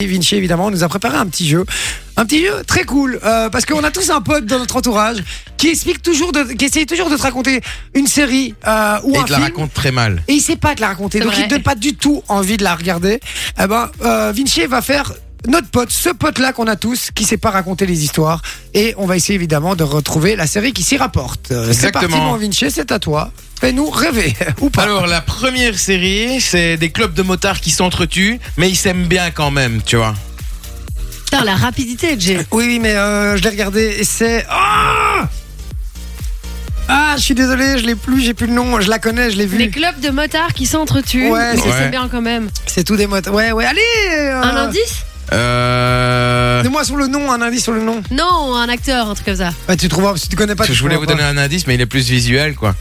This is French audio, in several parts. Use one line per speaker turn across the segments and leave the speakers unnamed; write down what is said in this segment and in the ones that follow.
Et Vinci, évidemment, nous a préparé un petit jeu. Un petit jeu très cool, euh, parce qu'on a tous un pote dans notre entourage qui explique toujours, de, qui essaye toujours de te raconter une série euh, ou
Et
un
il la
film.
raconte très mal.
Et il sait pas te la raconter,
C'est
donc il
vrai.
te donne pas du tout envie de la regarder. Eh ben, euh, Vinci va faire notre pote, ce pote-là qu'on a tous, qui sait pas raconter les histoires. Et on va essayer évidemment de retrouver la série qui s'y rapporte. Euh, C'est parti,
Exactement.
mon Vinci, c'est à toi. Fais-nous rêver, ou pas.
Alors, la première série, c'est des clubs de motards qui s'entretuent, mais ils s'aiment bien quand même, tu vois.
Putain, la rapidité, Jay.
Oui, oui, mais euh, je l'ai regardé et c'est. Ah ah, je suis désolé, je l'ai plus, j'ai plus le nom, je la connais, je l'ai
Les
vue.
clubs de motards qui s'entretuent.
Ouais,
mais ça,
ouais.
c'est bien quand même.
C'est tout des mots. Ouais, ouais, allez euh,
Un indice
Euh.
Donne-moi sur le nom, un indice sur le nom.
Non, un acteur, un truc comme ça.
Bah, tu trouveras, si tu connais pas, tu
je voulais vous
trouveras
donner un indice, mais il est plus visuel, quoi.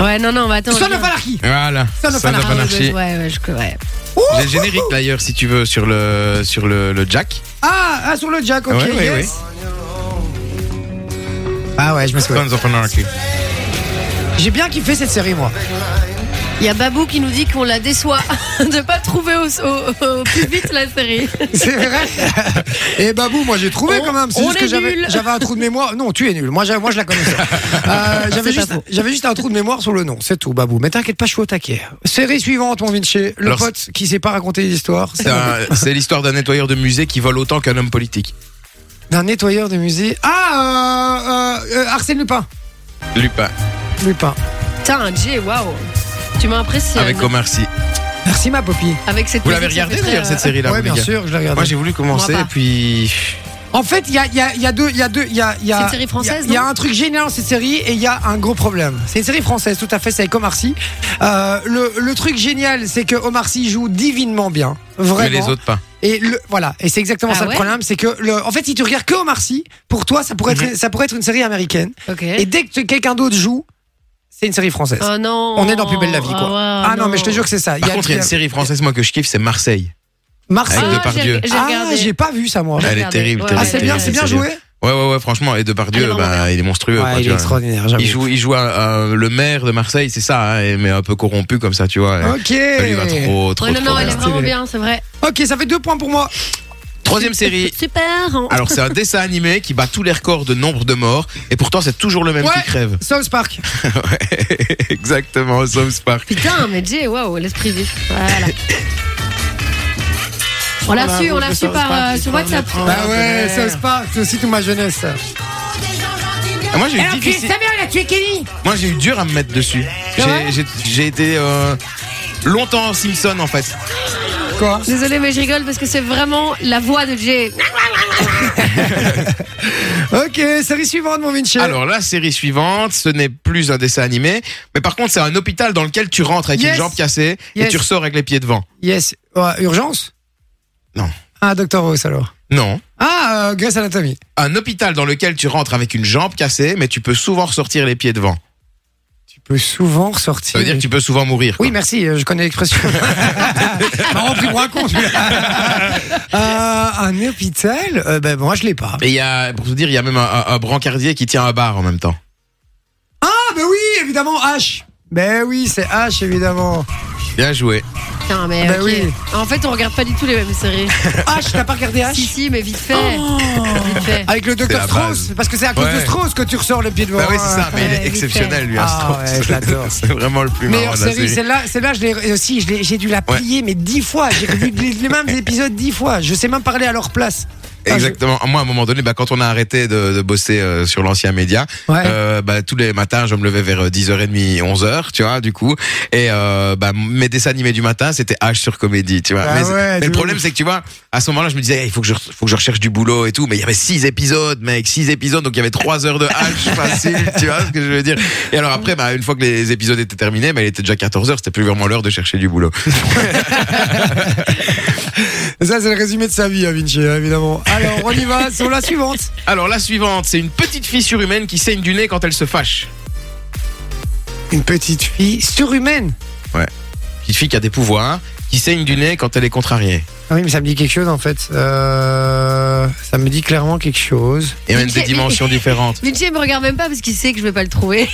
Ouais, non, non, bah
pas.
attends.
Son
je- Ah,
of Anarchy
Voilà.
Son of
Son of
Anarchy.
Anarchy.
Ouais, ouais, je... ouais.
Ouh
J'ai le générique d'ailleurs, si tu veux, sur le, sur le, le jack.
ah, ah, sur le Jack, ok.
Ouais, ouais,
yes. Ah ouais, je me souviens.
Sons of Anarchy.
J'ai bien kiffé cette série, moi.
Il y a Babou qui nous dit qu'on la déçoit de pas trouver au, au- au plus vite la série.
C'est vrai. Et Eh, Babou, moi j'ai trouvé
On-
quand même. C'est
on
juste
est
que j'avais,
nul.
j'avais un trou de mémoire. Non, tu es nul. Moi, j'avais- moi je la connaissais. Euh, j'avais,
pas
juste,
faux.
j'avais juste un trou de mémoire sur le nom. C'est tout, Babou. Mais t'inquiète pas, je suis au taquet. Série suivante, mon Vinci. Le
Alors,
pote qui sait pas raconter les histoires. C'est
C'est un- C'est l'histoire d'un nettoyeur de musée qui vole autant qu'un homme politique.
d'un nettoyeur de musée. Ah, euh, euh, euh, Arsène Lupin.
Lupin,
Lupin.
Putain, Jay, waouh. Tu m'as impressionné.
avec Omar Sy.
Merci, ma popie.
Avec cette
Vous l'avez
musique, ça
regardé
fait très,
d'ailleurs,
euh,
cette série-là
ouais,
les
bien
gars
sûr, je l'ai regardé.
Moi, j'ai voulu commencer,
Moi,
et
pas.
puis.
En fait, il y a, il y, a, il y a deux, il y a deux, il y a, il y a-
C'est une série française,
Il y a- il y, a
non
un truc génial dans cette série et il y a un gros problème. C'est une série française, tout à fait. C'est avec Omar Sy. Euh, le, le truc génial, c'est que Omar Sy joue divinement bien,
Mais
vraiment.
les autres pas.
Et le, voilà, et c'est exactement
Ah
ça le
ouais
problème, c'est que le, en fait, si tu regardes que Omar Sy, pour toi, ça pourrait être, ça pourrait être une série américaine.
euh, Ok.
Et dès que tu- quelqu'un d'autre joue, c'est une série française.
Oh non.
On est dans Plus belle la vie, quoi.
Ah,
Ah, non, mais je te jure que c'est ça.
Par contre, il y a une série française, moi, que je kiffe, c'est Marseille.
Marseille.
avec
Ah,
Depardieu.
j'ai- J'ai
Ah,
regardé.
j'ai pas vu ça moi.
J'ai
Elle est
regardé.
terrible,
Ouais,
terrible,
Ah,
ouais,
c'est
j'ai-
bien,
ouais,
c'est bien
c'est
joué.
Ouais, ouais, ouais, franchement. Et
Elle est
Depardieu,
vraiment
bah, il est monstrueux. quoi,
Ouais, il
tu
est
vois.
extraordinaire. j'avoue.
Il joue, il joue un- un- le maire de Marseille, c'est ça, hein, et- mais un peu corrompu comme ça, tu vois. et
Ok.
Ça lui va trop, trop,
Ouais, non,
trop
non, elle est
bien.
vraiment bien, c'est vrai.
Ok, ça fait deux points pour moi.
Troisième série.
Super. hein.
Alors c'est un dessin animé qui bat tous les records de nombre de morts, et pourtant c'est toujours le même
Ouais.
qui crève.
South Park.
Ouais, Exactement, South Park.
Putain, mais Jay, waouh, l'esprit vif. Voilà. On l'a
Voilà,
su, on
vous
l'a
pouvez
su par
savoir
euh,
ce
sur WhatsApp.
Bah ouais, South Park, c'est aussi toute ma jeunesse.
Ah, Moi j'ai eu, difficile- Moi, j'ai eu dur à me mettre dessus. J'ai- J'ai j'ai été euh, longtemps Simpson en fait.
Quoi
Désolé, mais je rigole parce que c'est vraiment la voix de Jay.
Ok, série suivante, mon Vinci.
Alors la série suivante, ce n'est plus un dessin animé, mais par contre c'est un hôpital dans lequel tu rentres avec
Yes.
une jambe cassée
Yes.
et tu ressors avec les pieds devant.
Yes. Ouais, urgence
Non.
Ah, Doctor House alors.
Non.
Ah, euh, Grace Anatomy.
Un hôpital dans lequel tu rentres avec une jambe cassée, mais tu peux souvent ressortir les pieds devant.
Tu peux souvent ressortir.
Ça veut dire que tu peux souvent mourir. quoi.
Oui, merci, euh, je connais l'expression. Marrant, pris pour un con, celui-là. Euh, Un hôpital Euh, Ben, moi, je l'ai pas.
Et il y a, pour te dire, il y a même un, un- un brancardier qui tient un bar en même temps.
Ah, ben oui, évidemment, H. Ben oui, c'est H, évidemment.
Bien joué.
Putain, mais
Bah
ok.
oui.
En fait, on regarde pas du tout les mêmes séries.
H, t'as pas regardé H
si, si, mais vite fait.
Oh.
Vite fait.
Avec le
C'est
docteur
la
Strauss,
base.
parce que c'est à cause
Ouais.
de Strauss que tu ressors le pied devant. hein.
bah oui, c'est ça, mais il
ouais,
est
vite
exceptionnel, lui,
Ah
Astro.
ouais, je l'adore.
c'est vraiment le plus marrant
Meilleure
de la
série,
série.
celle-là, celle-là, je l'ai aussi, je l'ai- j'ai dû la
Ouais.
plier mais dix fois. J'ai revu les, les mêmes épisodes dix fois. Je sais même parler à leur place. Ah, je-
Exactement. Moi, à un moment donné, bah, quand on a arrêté de, de bosser euh, sur l'ancien média,
Ouais.
euh, bah, tous les matins, je me levais vers euh, 10h30, 11h, tu vois, du coup. Et euh, bah, mes dessins animés du matin, c'était H sur comédie, tu vois.
Ah
mais c'est-
ouais,
mais
de
le problème,
ouf.
c'est que, tu vois, à ce moment-là, je me disais, Eh, il faut que, je, re- faut que je recherche du boulot et tout. Mais il y avait 6 épisodes, mec, 6 épisodes. Donc, il y avait 3 heures de H facile, tu vois ce que je veux dire. Et alors après, bah, une fois que les épisodes étaient terminés, bah, il était déjà 14h, c'était plus vraiment l'heure de chercher du boulot.
Ça, c'est le résumé de sa vie, hein, Vinci, hein, évidemment. Alors, on y va sur la suivante.
Alors, la suivante, c'est une petite fille surhumaine qui saigne du nez quand elle se fâche.
Une petite fille surhumaine.
petite fille qui a des pouvoirs, qui saigne du nez quand elle est contrariée.
Ah oui, mais ça me dit quelque chose en fait. Euh, ça me dit clairement quelque chose.
Et même
Ok,
des
mais-
dimensions différentes.
Vinci il me regarde même pas parce qu'il sait que je vais pas le trouver.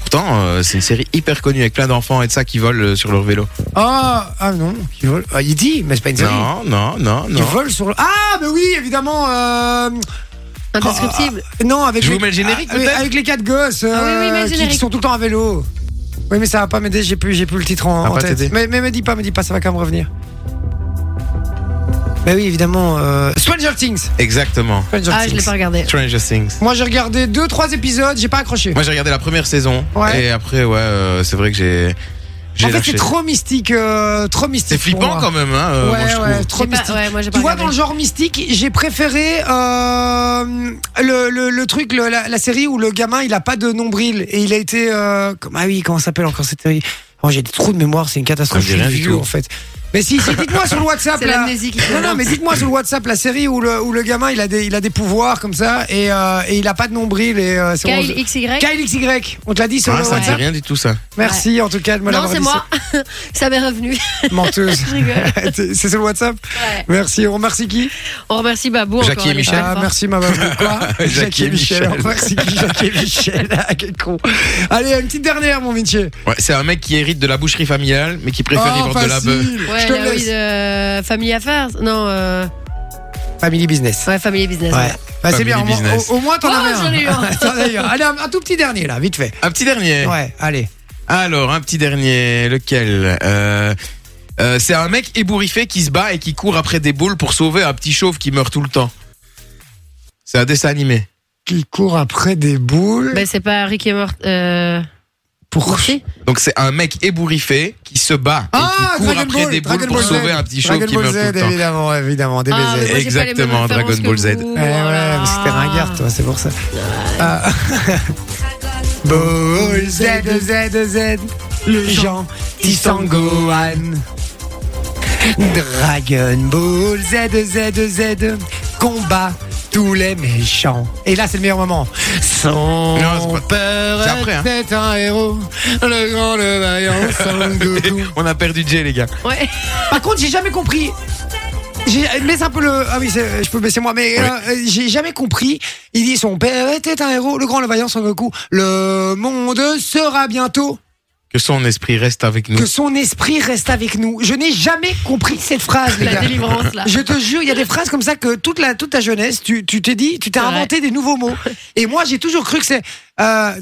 pourtant, euh, c'est une série hyper connue avec plein d'enfants et de ça qui volent euh, sur leur vélo.
Ah, ah non, ils volent. Ah, il dit, mais c'est pas une série.
Non, non, non,
Ils
non.
volent sur le. Ah, mais oui, évidemment. euh,
Indescriptible.
Non, avec.
Je
les-
vous mets le générique,
ah, mais
peut-être
Avec les quatre gosses
Ah oui, oui, mets le
euh, qui,
générique.
sont tout le temps à vélo. Oui, mais ça va pas m'aider, j'ai plus, j'ai plus le titre en,
Ça va
en
Ah, pas
tête.
t'aider.
Mais, mais me dis pas, me dis pas, ça va quand même revenir. Bah oui, évidemment. euh, Stranger Things.
Exactement.
Stranger
Ah, je l'ai
Things.
pas regardé.
Stranger Things.
Moi, j'ai regardé deux, trois épisodes, j'ai pas accroché.
Moi, j'ai regardé la première saison.
Ouais.
Et après, ouais, euh, c'est vrai que j'ai. j'ai
en fait,
lâché.
c'est trop mystique, euh, trop mystique.
C'est
pour
flippant
moi.
quand même, hein, euh, moi, je
Ouais,
trouve.
ouais, trop
J'ai pas-
mystique.
ouais, moi j'ai pas
Tu vois,
regardé.
dans le genre mystique, j'ai préféré euh, le, le- le truc, le- la, la série où le gamin, il a pas de nombril et il a été. euh, comme- ah oui, comment ça s'appelle encore cette série Oh, J'ai des trous de mémoire, c'est une catastrophe.
Ça
Je
me dit
suis
rien du
vieux,
tout.
en fait. Mais si, si dites-moi sur le WhatsApp.
C'est
là.
l'amnésie qui
Non, non,
commence.
mais dites-moi sur le WhatsApp la série où le, où le gamin il a, des, il a des pouvoirs comme ça et, euh, et il a pas de nombril. Et, euh, c'est
Kyle
bon,
XY.
Kyle XY, on te l'a dit sur
Ah,
le
ça me dit
WhatsApp.
rien du tout, ça.
Merci en tout cas de me
non,
l'avoir
c'est
dit.
moi. ça m'est revenu.
c'est- Menteuse.
Je rigole.
c'est sur le WhatsApp
Ouais.
Merci. On remercie qui
On remercie Babou.
Jackie
encore,
et
elle est
Michel.
très
Ah,
forte.
merci ma maman. Quoi
Jackie et Michel.
Alors, Merci qui Jackie et Michel. Ah, quel con. Allez, une petite dernière, mon Vinci.
Ouais, c'est un mec qui hérite de la boucherie familiale, mais qui préfère
Oh,
vivre de la bœuf.
facile.
Ouais,
Je te
la-
le
oui,
laisse.
de Family Affairs. Non, euh,
Family business.
ouais, Family Business.
Ouais.
ouais.
Bah, c'est
Family
bien. au moins-
business.
Au, au moins, t'en
Oh,
avais un.
j'en ai eu un.
T'en as eu un. Allez, un, un tout petit dernier, là, vite fait.
Un petit dernier.
Ouais, allez.
Alors, un petit dernier. Lequel Euh, euh, C'est un mec ébouriffé qui se bat et qui court après des boules pour sauver un petit chauve qui meurt tout le temps. C'est un dessin animé.
Qui court après des boules
Ben, c'est pas Rick et Mort. Euh...
pour.
Morty
Donc c'est un mec ébouriffé qui se bat et
Ah,
qui court
Dragon
après
Ball,
des boules
Dragon
pour
Ball Z.
sauver un petit chauve
Dragon
qui
Ball
meurt
Z,
tout le temps.
évidemment, évidemment, DBZ.
Ah, mais moi, j'ai pas les mêmes
Exactement,
références
Dragon
que
Ball Z.
vous.
Eh
Oh
ouais,
là
mais c'était
là.
ringard, toi, c'est pour ça. Ah. Ball Z, Z, Z, le Jean Tissangohan. Dragon Ball Z, Z, Z, combat tous les méchants. Et là, c'est le meilleur moment. Son
Non, c'est pas-
père
c'est après, hein.
était un héros, le grand, le vaillant Sangoku.
On a perdu Jay les gars.
Ouais.
Par contre, j'ai jamais compris. J'ai- Baisse un peu le. Ah oui, c'est- je peux baisser moi, mais
Oui.
euh, j'ai jamais compris. Il dit son père était un héros, le grand, le vaillant Sangoku. Le monde sera bientôt
Que son esprit reste avec nous.
que son esprit reste avec nous. Je n'ai jamais compris cette phrase, les
La
gars.
délivrance, là.
Je te jure, il y a des phrases comme ça que toute, la, toute ta jeunesse, tu tu t'es dit, tu t'es
C'est vrai.
inventé des nouveaux mots. Et moi, j'ai toujours cru que c'est. euh,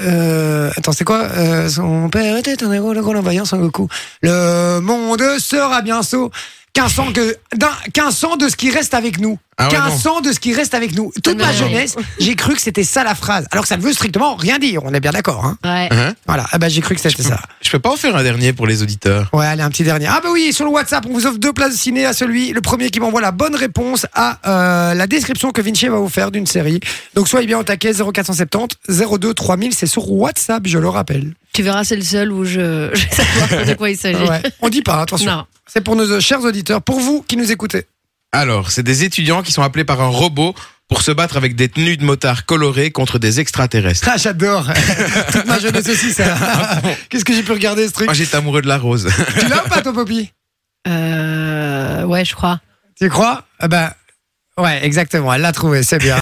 euh, attends, c'est quoi Euh, Son père était un héros, le grand envoyant Sangoku. Le monde sera bien sot. 1500, que, d'un- 1500 de ce qui reste avec nous.
Ah ouais, non.
1500 de ce qui reste avec nous. Toute
me
ma
dit rien.
jeunesse, j'ai cru que c'était ça la phrase. Alors que ça ne veut strictement rien dire, on est bien d'accord. Hein
Ouais.
Hein
voilà, ah bah, j'ai cru que c'était ça.
Je peux pas en faire un dernier pour les auditeurs.
Ouais, allez, un petit dernier. Ah bah oui, sur le WhatsApp, on vous offre deux places de ciné à celui, le premier qui m'envoie la bonne réponse à euh, la description que Vinci va vous faire d'une série. Donc soyez bien au taquet 0470 02 3000, c'est sur WhatsApp, je le rappelle.
Tu verras, c'est le seul où je, je vais savoir de quoi il s'agit.
Ouais, on dit pas, attention.
Non.
C'est pour nos euh, chers auditeurs, pour vous qui nous écoutez.
Alors, c'est des étudiants qui sont appelés par un robot pour se battre avec des tenues de motards colorées contre des extraterrestres.
Ah, j'adore. Toute ma jeunesse aussi, ça. Qu'est-ce que j'ai pu regarder ce truc
Moi, j'étais amoureux de la rose.
Tu l'as ou pas, ton Poppy
Euh, ouais, je crois.
Tu crois Ah bah, ouais, exactement, elle l'a trouvé, c'est bien.